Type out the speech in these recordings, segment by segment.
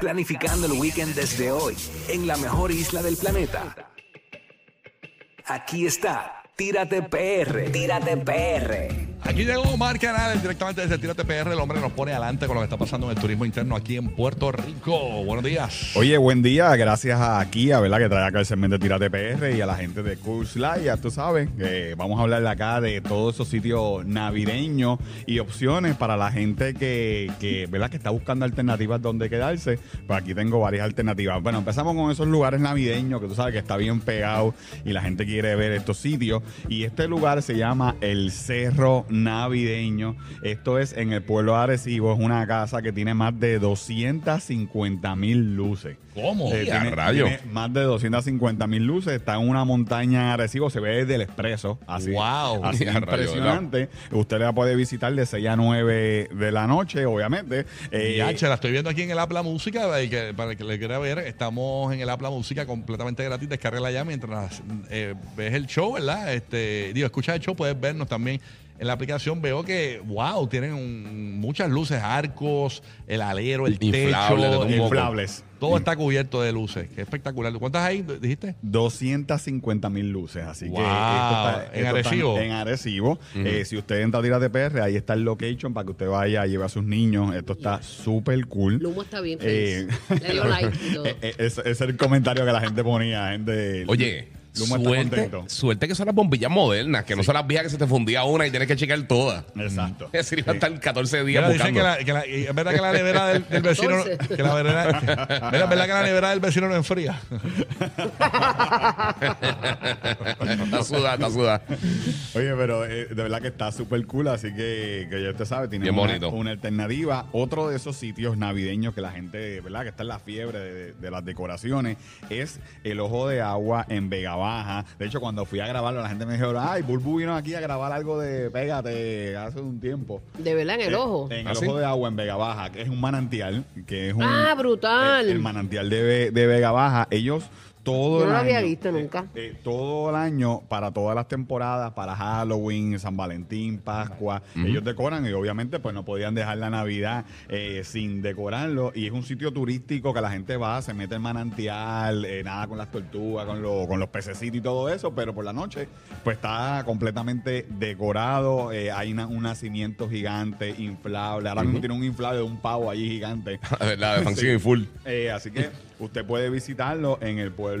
Planificando el weekend desde hoy en la mejor isla del planeta. Aquí está, tírate PR, tírate PR. Aquí llegó Omar Canales directamente desde Tírate PR. El hombre nos pone adelante con lo que está pasando en el turismo interno aquí en Puerto Rico. Buenos días. Oye, buen día. Gracias a Kia, ¿verdad? Que trae acá el segmento de Tírate PR y a la gente de Coach Light. Ya tú sabes que vamos a hablar acá de todos esos sitios navideños y opciones para la gente que, que, ¿verdad? Que está buscando alternativas donde quedarse. Pues aquí tengo varias alternativas. Bueno, empezamos con esos lugares navideños que tú sabes que está bien pegado y la gente quiere ver estos sitios. Y este lugar se llama El Cerro navideño. Esto es en el pueblo de Arecibo. Es una casa que tiene más de 250 mil luces. ¿Cómo? Eh, Ya, tiene, rayo. tiene más de 250 mil luces. Está en una montaña en Arecibo. Se ve desde el expreso. Así, Wow. así Ya, rayo, impresionante. Usted la puede visitar de 6 a 9 de la noche, obviamente. Eh, Y H, la estoy viendo aquí en el Apla Música. Para el que, para el que le quiera ver, estamos en el Apla Música completamente gratis. Descarga ya mientras eh, ves el show, ¿verdad? Este, digo, escuchas el show, puedes vernos también en la aplicación. Veo que, wow, tienen un- muchas luces, arcos, el alero, el Inflable, techo, de el- Inflables. Todo está cubierto de luces. Qué espectacular. ¿Cuántas hay? Dijiste. 250 mil luces. Así Wow. que ¿En esto está Arecibo? en Arecibo. Eh, si usted entra a tirar de PR, ahí está el location para que usted vaya, lleve a sus niños. Esto está súper cool. Lumo está bien Eh, feliz. Le dio like y todo. eh, eh, ese ese es el comentario que la gente ponía. Gente, Oye, Lumo está suerte, contento. suerte que son las bombillas modernas, que no son las viejas que se te fundía una y tienes que checar todas. Exacto. Es decir, iba a estar 14 días Mira, dicen que buscando. la, que la- y es verdad que la nevera del, del vecino no- Entonces. que la nevera, mira, es verdad que la nevera del vecino no enfría. está sudada, está sudada. Oye, pero eh, de verdad que está súper cool, así que, que ya usted sabe, tiene Bien una, bonito. una alternativa. Otro de esos sitios navideños que la gente, ¿verdad? Que está en la fiebre de, de las decoraciones es el Ojo de Agua en Vega Baja. De hecho, cuando fui a grabarlo, la gente me dijo, ay, Bulbu vino aquí a grabar algo de Pégate hace un tiempo. De verdad, en el Eh, ojo. En ¿Ah, el sí? ojo de agua en Vega Baja, que es un manantial, que es un... Ah, brutal. eh, El, manantial de, Ve- de Vega Baja. Ellos todo Yo el no lo año... había visto nunca. eh, todo el año, para todas las temporadas, para Halloween, San Valentín, Pascua, ellos decoran y obviamente pues no podían dejar la Navidad eh, sin decorarlo y es un sitio turístico que la gente va, se mete en manantial, eh, nada con las tortugas, con, lo- con los pececitos y todo eso, pero por la noche pues está completamente decorado, eh, hay una- un nacimiento gigante, inflable, ahora mismo tiene un inflable de un pavo allí gigante. La verdad, de Fancy Sí. y Full. Eh, así que usted puede visitarlo en el pueblo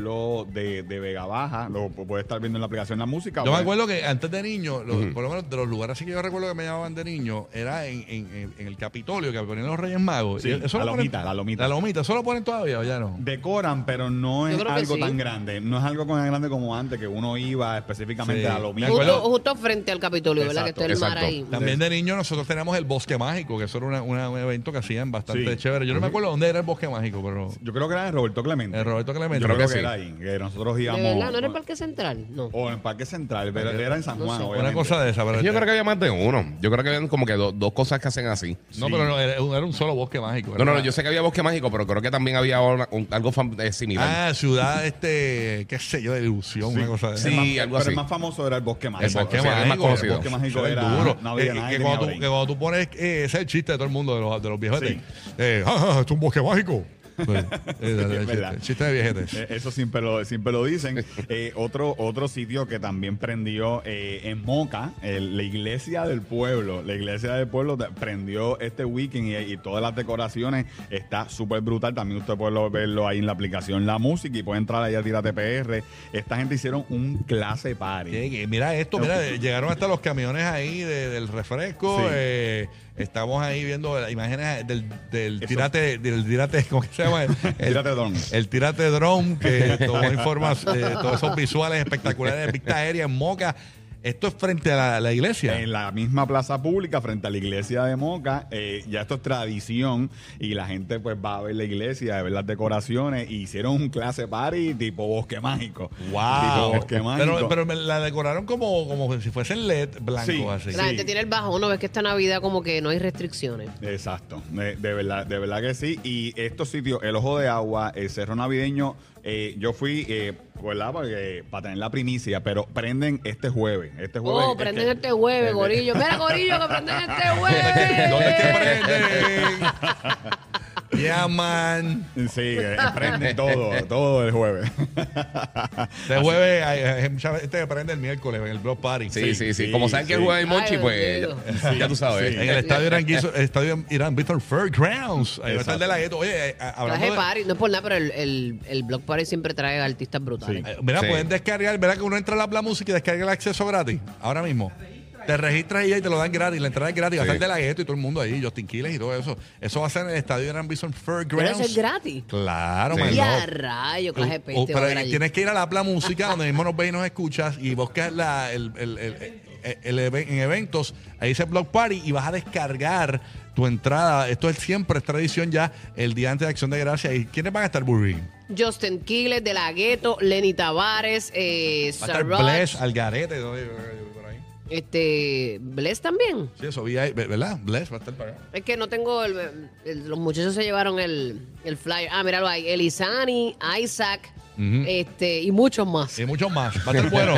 de, de Vega Baja. Lo pu- puede estar viendo en la aplicación La Música. Pues, Yo o- me acuerdo que antes de niño, lo- por lo menos de los lugares así que yo recuerdo que me llamaban de niño, era en, en- en- en el Capitolio que ponían los Reyes Magos. Sí, Y la lo ponen- lomita, la lomita. La lomita, ¿eso lo ponen todavía o ya no? Decoran, pero no Yo es creo que algo sí. tan grande. No es algo tan grande como antes, que uno iba específicamente Sí. a lo Me mismo. acuerdo- Justo, justo frente al Capitolio, ¿verdad? Que está el Exacto, mar ahí. También de niño nosotros teníamos el Bosque Mágico, que eso era una- una- un evento que hacían bastante Sí. chévere. Yo no me acuerdo dónde era el Bosque Mágico, pero Yo creo que era de Roberto Clemente. el Roberto Clemente. Yo creo que, que sí. era ahí. Que nosotros De íbamos. verdad, ¿no era el Parque Central? No. O en el Parque Central, pero Parque- era en San no Juan. sé. Una Una obviamente. cosa de esa, pero este, Yo creo que había más de uno. Yo creo que habían como que do- dos cosas que hacen así. No, pero no, era, era un solo Bosque Mágico. No, no, no, era- yo sé que había Bosque Mágico, pero creo que también había una- un- algo fam- eh, similar. Ah, ciudad, este, qué sé yo, de ilusión, Sí. una cosa de Es esa. Sí, más- algo Pero así. el más famoso era el Bosque Mágico. El Bosque O sea, Mágico, el conocido. Bosque Mágico Eso es era. duro. No había Eh, nadie que, tenía cuando tú, break. que cuando tú pones eh, ese es el chiste de todo el mundo, de los, de los viejetes. Sí. Eh, "Ja, ja, ja, esto es un bosque mágico. Sí, eh, el chiste- verdad. el chiste de viejetes. Eh, Eso siempre lo, siempre lo dicen. Eh, otro, otro sitio que también prendió eh, en Moca, el- la iglesia del pueblo. La iglesia del pueblo te- prendió este weekend y, y todas las decoraciones. Está súper brutal. También usted puede lo- verlo ahí en la aplicación La Música y puede entrar ahí a Tírate PR. Esta gente hicieron un clase party. Que- que Mira esto, mira, eh, llegaron hasta los camiones ahí de- del refresco. Sí. eh, estamos ahí viendo las imágenes del, del Eso. tirate, del tirate, ¿cómo que se llama? El, Tírate don. El tirate drone que tomó informa- eh, todos esos visuales espectaculares de pista aérea en Moca. Esto es frente a la, la iglesia. En la misma plaza pública, frente a la iglesia de Moca, eh, ya esto es tradición y la gente pues va a ver la iglesia, a ver las decoraciones y hicieron un clase party tipo bosque mágico. Tipo bosque mágico. pero, pero me la decoraron como, como si fuese LED blanco Sí, así. La gente tiene el bajo, no ves que esta Navidad como que no hay restricciones. Exacto, de, de verdad, de verdad que sí. Y estos sitios, el Ojo de Agua, el Cerro Navideño, eh, yo fui, eh, ¿verdad? Porque- para tener la primicia, pero prenden este jueves. Este eh, jueves Oh, es prenden que- este jueves, gorillo. Mira, gorillo, que prenden este jueves. ¿Dónde es que prenden? Llaman. Sí, eh, prenden todo, todo el jueves. Este jueves, hay- hay mucha gente que prende el miércoles en el Block Party. Sí, sí, sí. sí, Como saben que sí. juega el Monchi, Ay, pues bendito. ya, ya tú sabes. En el estadio Irán, Guiso- estadio Irán Víctor Fairgrounds. Ahí va a estar el de la gueto. Oye, eh, hablando Traje de, party, no es por nada, pero el, el, el Block Party siempre trae artistas brutales. Eh, Mira, Sí. pueden descargar, ¿verdad? Que uno entra a la Bla Música y descarga el acceso gratis, ahora mismo. Te registras y ya y te lo dan gratis, la entrada es gratis, va a estar de la gueto y todo el mundo ahí, Justin Quiles y todo eso. Eso va a ser en el estadio Gran Bison Pero Fairgrounds. eso es gratis. Claro, Sí. man, Y no. a rayo, clase de Tú- peste. oh, va a haber pero allí. tienes que ir a la Bla Música, donde mismo nos ves y nos escuchas, y buscas la, el, el- el- el- el even- en eventos, ahí dice Block Party, y vas a descargar tu entrada. Esto es siempre, es tradición ya, el día antes de Acción de Gracias. ¿Y quiénes van a estar, Burry? Justin Quiles, De La Ghetto, Lenny Tavares, eh, Va a estar Sarah, Bless, Algarete, ¿no? por ahí. este, Bless también. Sí, eso vi ahí, ve- ¿verdad? Bless va a estar para acá. Es que no tengo. el- el- los muchachos se llevaron el, el flyer. Ah, míralo ahí. Elizani, Isaac este, y muchos más. Y muchos más. Va a estar bueno.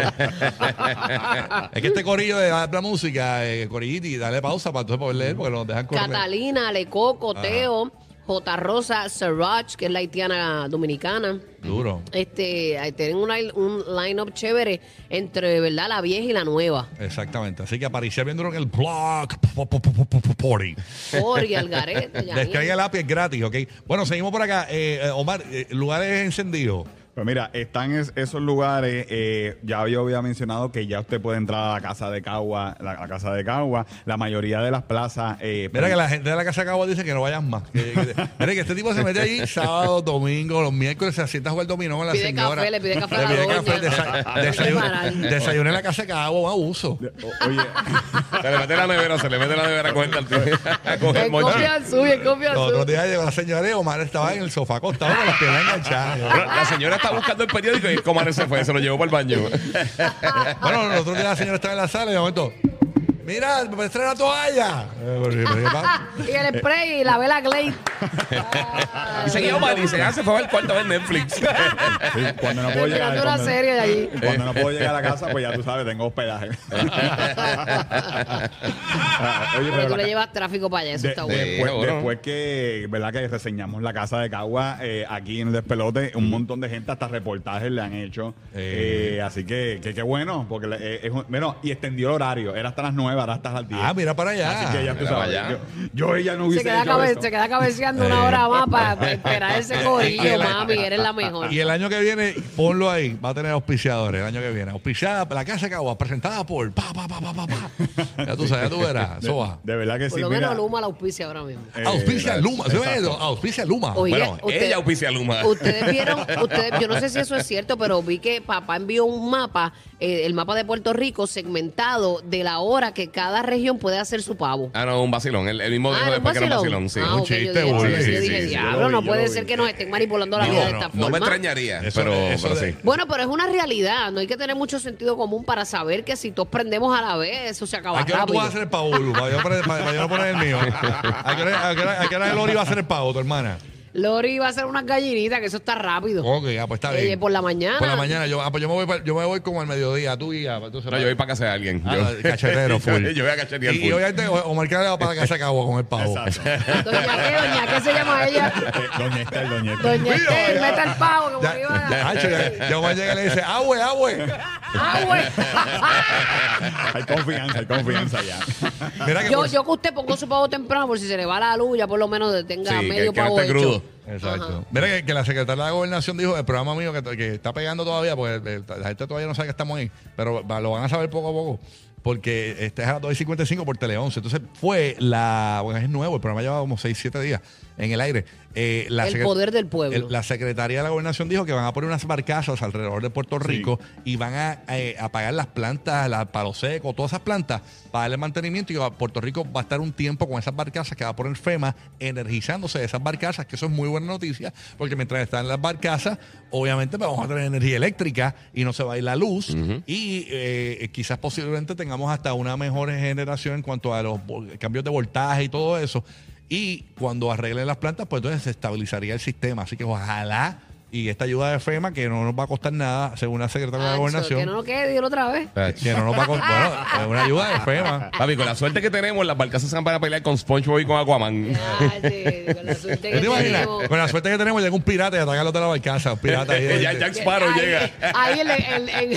es que este corillo de la, la música, eh, corilliti, dale pausa para entonces poder leer, porque nos dejan correr. Catalina, Lecoco, Teo, J. Rosa, Serraj, que es la haitiana dominicana. Duro. Este, ahí tienen un, line- un line-up chévere entre, ¿verdad? La vieja y la nueva. Exactamente. Así que aparecía bien duro en el blog po- po- po- po- po- po- party. Ori, Algarete, Yaniel. Descarga el app y es gratis, ¿ok? Bueno, seguimos por acá. Eh, eh, Omar, eh, lugares encendidos. Pues mira, están es- esos lugares, eh, ya yo había mencionado que ya usted puede entrar a la casa de Cagua, la, la casa de Cagua, la mayoría de las plazas... eh, Mira que la gente de la Casa de Cabo dice que no vayan más. Que- que- mira que este tipo se mete allí sábado, domingo, los miércoles, se asienta a jugar dominó con la Pide señora. café, le pide café a la Le pide doña. café, desa- desayuno, Qué maravilla. desayuno en la Casa de Cabo, abuso. o- oye, Se le mete la nevera, se le mete la nevera a coger el tío. A coger Es el Monchi. copia suya, es copia Los otros suya. días llegó la señora y Omar estaba en el sofá acostado con las piernas enganchadas. Pero La señora está buscando el periódico y como se fue, se lo llevó para el baño. Bueno, los otros días la señora estaba en la sala y de momento, mira, me presté la toalla. Eh, pero- pero ¿qué pasa? Y el spray y la vela Glade. Y seguía mal y se ah, se fue al cuarto a ver Netflix. sí, cuando no puedo llegar... Temperatura cuando- seria de allí. Cuando no puedo llegar a la casa, pues ya tú sabes, tengo hospedaje. Oye, Pero tú la le llevas tráfico para allá, eso De- está de- bueno. después, Sí, bueno. después que, ¿verdad? Que reseñamos la casa de Cagua eh, aquí en el despelote, Mm. un montón de gente hasta reportajes le han hecho. Eh, así que que- qué bueno, porque le- eh, es un- bueno, y extendió el horario, era hasta las 9, ahora hasta las 10. Ah, mira para allá. Así que ya tú mira sabes, para allá. yo, yo ella no hubiese Se queda, hecho cabe- eso. se queda cabeceando una hora más para, para esperar ese Y corillo, el- mami. Eres la Ah. mejor. Y el año que viene, ponlo ahí, va a tener auspiciadores el año que viene. Auspiciada, la casa de Cagua, presentada por pa, pa, pa, pa, pa, pa. Ya tú sabes, ya tú verás, eso va. De verdad que Por sí, lo mira. menos Luma la auspicia ahora mismo. eh, Auspicia exacto. Luma, ¿se ve eso? Auspicia Luma. Oye, Bueno, usted- ella auspicia a Luma. Ustedes vieron, ustedes, yo no sé si eso es cierto, pero vi que papá envió un mapa, eh, el mapa de Puerto Rico segmentado de la hora que cada región puede hacer su pavo. Ah, no, un vacilón. El, el mismo Ah, dijo ¿era un después que era un vacilón, sí. Ah, Un ok, yo chiste, dije, boludo. yo Sí, dije, sí, sí, sí, yo diablo, lo no vi, puede yo lo ser vi. que nos estén manipulando la Digo, vida de esta no, No forma. me extrañaría, Eso- pero, eso pero de- sí. Bueno, pero es una realidad. No hay que tener mucho sentido común para saber que si todos prendemos a la vez, eso se acaba ¿A qué hora tú rápido. vas a hacer el pavo, Bulu? Para yo, pre- para- para yo no poner el mío. ¿A qué hora, a qué hora- a qué hora el Ori va a hacer el pavo, tu hermana? Lori va a hacer unas gallinitas, que eso está rápido. Ok, ah, pues está Eh, bien. por la mañana. Por la mañana. Yo, ah, pues yo me voy, pa- yo me voy como al mediodía, tú guía. Entonces, No, yo voy para casa de alguien. Ah, Yo- no, cachetero full. yo voy a cachetear Y, full. y obviamente o- Omar Cara va para la casa de Cagua con el pavo. Exacto. Doña qué, doña qué se llama ella. Eh, Doña Esther, doña Esther. Doña Estel, mete el pavo, como Ya, iba ya, a... Hacho, ya, ya Omar llega y le dice, abue, abue. Ah, güey. Hay confianza, hay confianza ya. Mira que yo, por- yo que usted pongo su pavo temprano, por si se le va la luz, ya por lo menos tenga Sí, que- medio que no pavo esté hecho. crudo. Exacto. Mira que, que la secretaria de la gobernación dijo, el programa mío que, que está pegando todavía, porque eh, la gente todavía no sabe que estamos ahí, pero va- lo van a saber poco a poco, porque este es a las 2 y 55 por Tele 11. Entonces fue la, bueno, es nuevo, el programa lleva como 6, 7 días. en el aire. Eh, la El secre- poder del pueblo. el- la Secretaría de la Gobernación dijo que van a poner unas barcazas alrededor de Puerto Rico y van a eh, apagar las plantas, la- palo seco, todas esas plantas para darle mantenimiento y a Puerto Rico va a estar un tiempo con esas barcazas que va a poner FEMA energizándose de esas barcazas, que eso es muy buena noticia, porque mientras están las barcazas, obviamente pues, vamos a tener energía eléctrica y no se va a ir la luz y eh, quizás posiblemente tengamos hasta una mejor generación en cuanto a los vol- cambios de voltaje y todo eso. Y cuando arreglen las plantas, pues entonces se estabilizaría el sistema. Así que ojalá y esta ayuda de FEMA, que no nos va a costar nada, según la secretaria de la Acho, que no Gobernación, lo quede, dilo otra vez. que no nos va a costar. Bueno, es una ayuda de FEMA. Papi, con la suerte que tenemos, las barcazas se van para pelear con SpongeBob y con Aquaman. Ay, sí, con la suerte ¿Tú que te imaginas? tenemos. Con la suerte que tenemos, llega un pirata y ataca los de la barcaza. Un pirata ahí. ya Jack Sparrow Ahí- llega. Ahí en, en- en-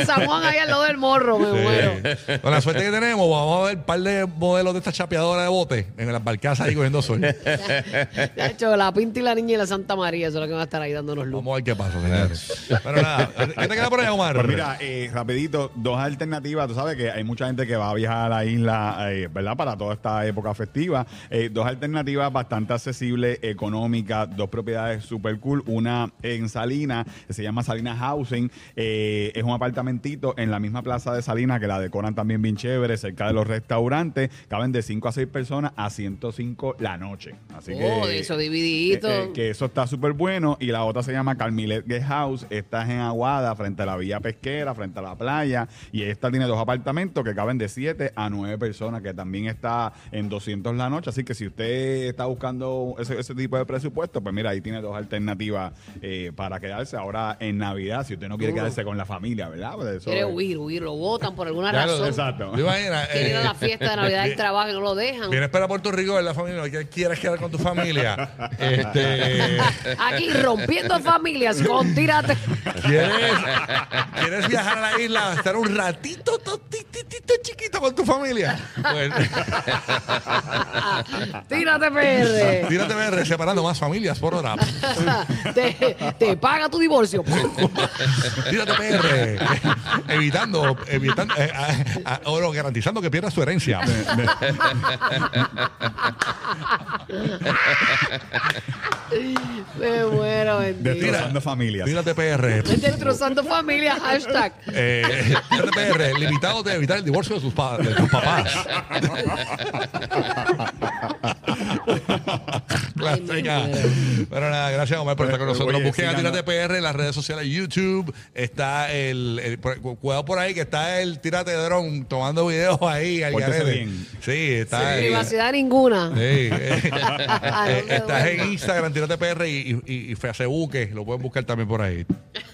en San Juan, ahí al lado del morro, me muero. Sí. Con la suerte que tenemos, vamos a ver un par de modelos de estas chapeadoras de bote en las barcazas ahí cogiendo sol. Chacho, la pinta y la niña y la Santa María, eso es lo que van a estar ahí dándonos luz. Vamos a ver qué pasa, señores. Pero nada, ¿qué te queda por ahí, Omar? Pues mira, eh, rapidito, dos alternativas. Tú sabes que hay mucha gente que va a viajar a la isla, eh, ¿verdad? Para toda esta época festiva. Eh, dos alternativas bastante accesibles, económicas, dos propiedades super cool. Una en Salina, que se llama Salina Housing. eh, es un apartamentito en la misma plaza de Salina, que la decoran también bien chévere, cerca de los restaurantes. Caben de 5 a 6 personas a 105 la noche. Así Oh, que... de eso divididito. Eh, eh, que eso está súper bueno. Y la otra se llama Carmilet Guest House. Esta es en Aguada, frente a la villa pesquera, frente a la playa. Y esta tiene dos apartamentos que caben de 7 a 9 personas, que también está en 200 la noche. Así que si usted está buscando ese, ese tipo de presupuesto, pues mira, ahí tiene dos alternativas eh, para quedarse ahora en Navidad. Si usted no quiere quedarse con la familia, ¿verdad? Pues eso Quiere es- huir, huir, lo votan por alguna Claro, razón. Exacto. ¿Te imaginas? Quiere ir a la Eh, fiesta de Navidad del trabajo y no lo dejan. Vienes para Puerto Rico, ¿verdad, familia? ¿Qué quieres quedar con tu familia? Este, Aquí rompiendo familias con tírate. ¿quieres, ¿Quieres viajar a la isla, estar un ratito totititito chiquito con tu familia? Pues, Tírate, PR. tírate ver separando más familias por hora. te, te paga tu divorcio. Tírate PR. Evitando, evitando, eh, a- a- o no, garantizando que pierdas tu herencia. me muero, bendito. Destrozando familias. Tírate PR. Destrozando familia, hashtag. Eh, tírate PR, limitado de evitar el divorcio de sus pa- de tus papás. Clásica. Ay, Pero nada, gracias Omar por estar con Oye, nosotros. oye, Busquen a sigan- Tírate PR en las redes sociales, YouTube. Está el, el- por- cu- Cuidado por ahí, que está el Tírate Drone tomando videos ahí. al Pórtese garete. bien. Sí, está ahí. Privacidad ninguna. Sí, eh, eh, me estás duerma. en Instagram, Tírate PR y, y, y Facebook, que lo pueden buscar también por ahí. Eh,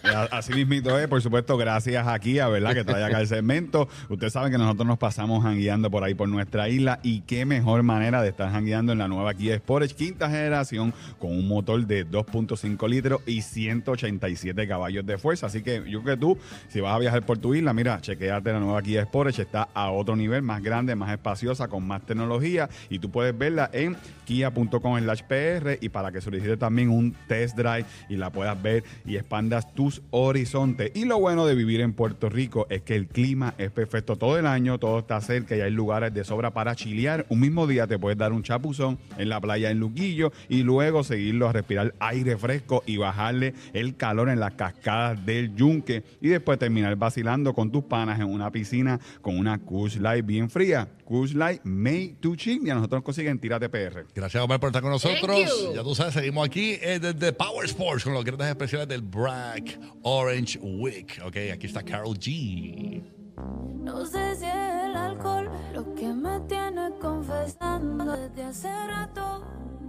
A- Así mismito es, por supuesto, gracias a Kia, ¿verdad? Que trae acá el segmento. Ustedes saben que nosotros nos pasamos jangueando por ahí por nuestra isla y qué mejor manera de estar jangueando en la nueva Kia Sportage quinta generación con un motor de 2.5 litros y 187 caballos de fuerza. Así que yo creo que tú, si vas a viajar por tu isla, mira, chequeate la nueva Kia Sportage, está a otro nivel, más grande, más espaciosa, con más tecnología y tú puedes verla en kia.com slash PR y para que solicites también un test drive y la puedas ver y expandas tus horizontes. Y lo bueno de vivir en Puerto Rico es que el clima es perfecto todo el año, todo está cerca y hay lugares de sobra para chilear. Un mismo día te puedes dar un chapuzón en la playa en Luquillo y luego seguirlo a respirar aire fresco y bajarle el calor en las cascadas del yunque y después terminar vacilando con tus panas en una piscina con una Coors Light bien fría. Coors Light Made to Chill y a nosotros nos consiguen Tírate PR. Gracias, Omar, por estar con Thank nosotros. you. Ya tú sabes, seguimos aquí eh, desde Power Sports con los grandes especiales del Black Orange Week. Ok, aquí está Carol G. No sé si es el alcohol lo que me tiene confesando desde hace rato.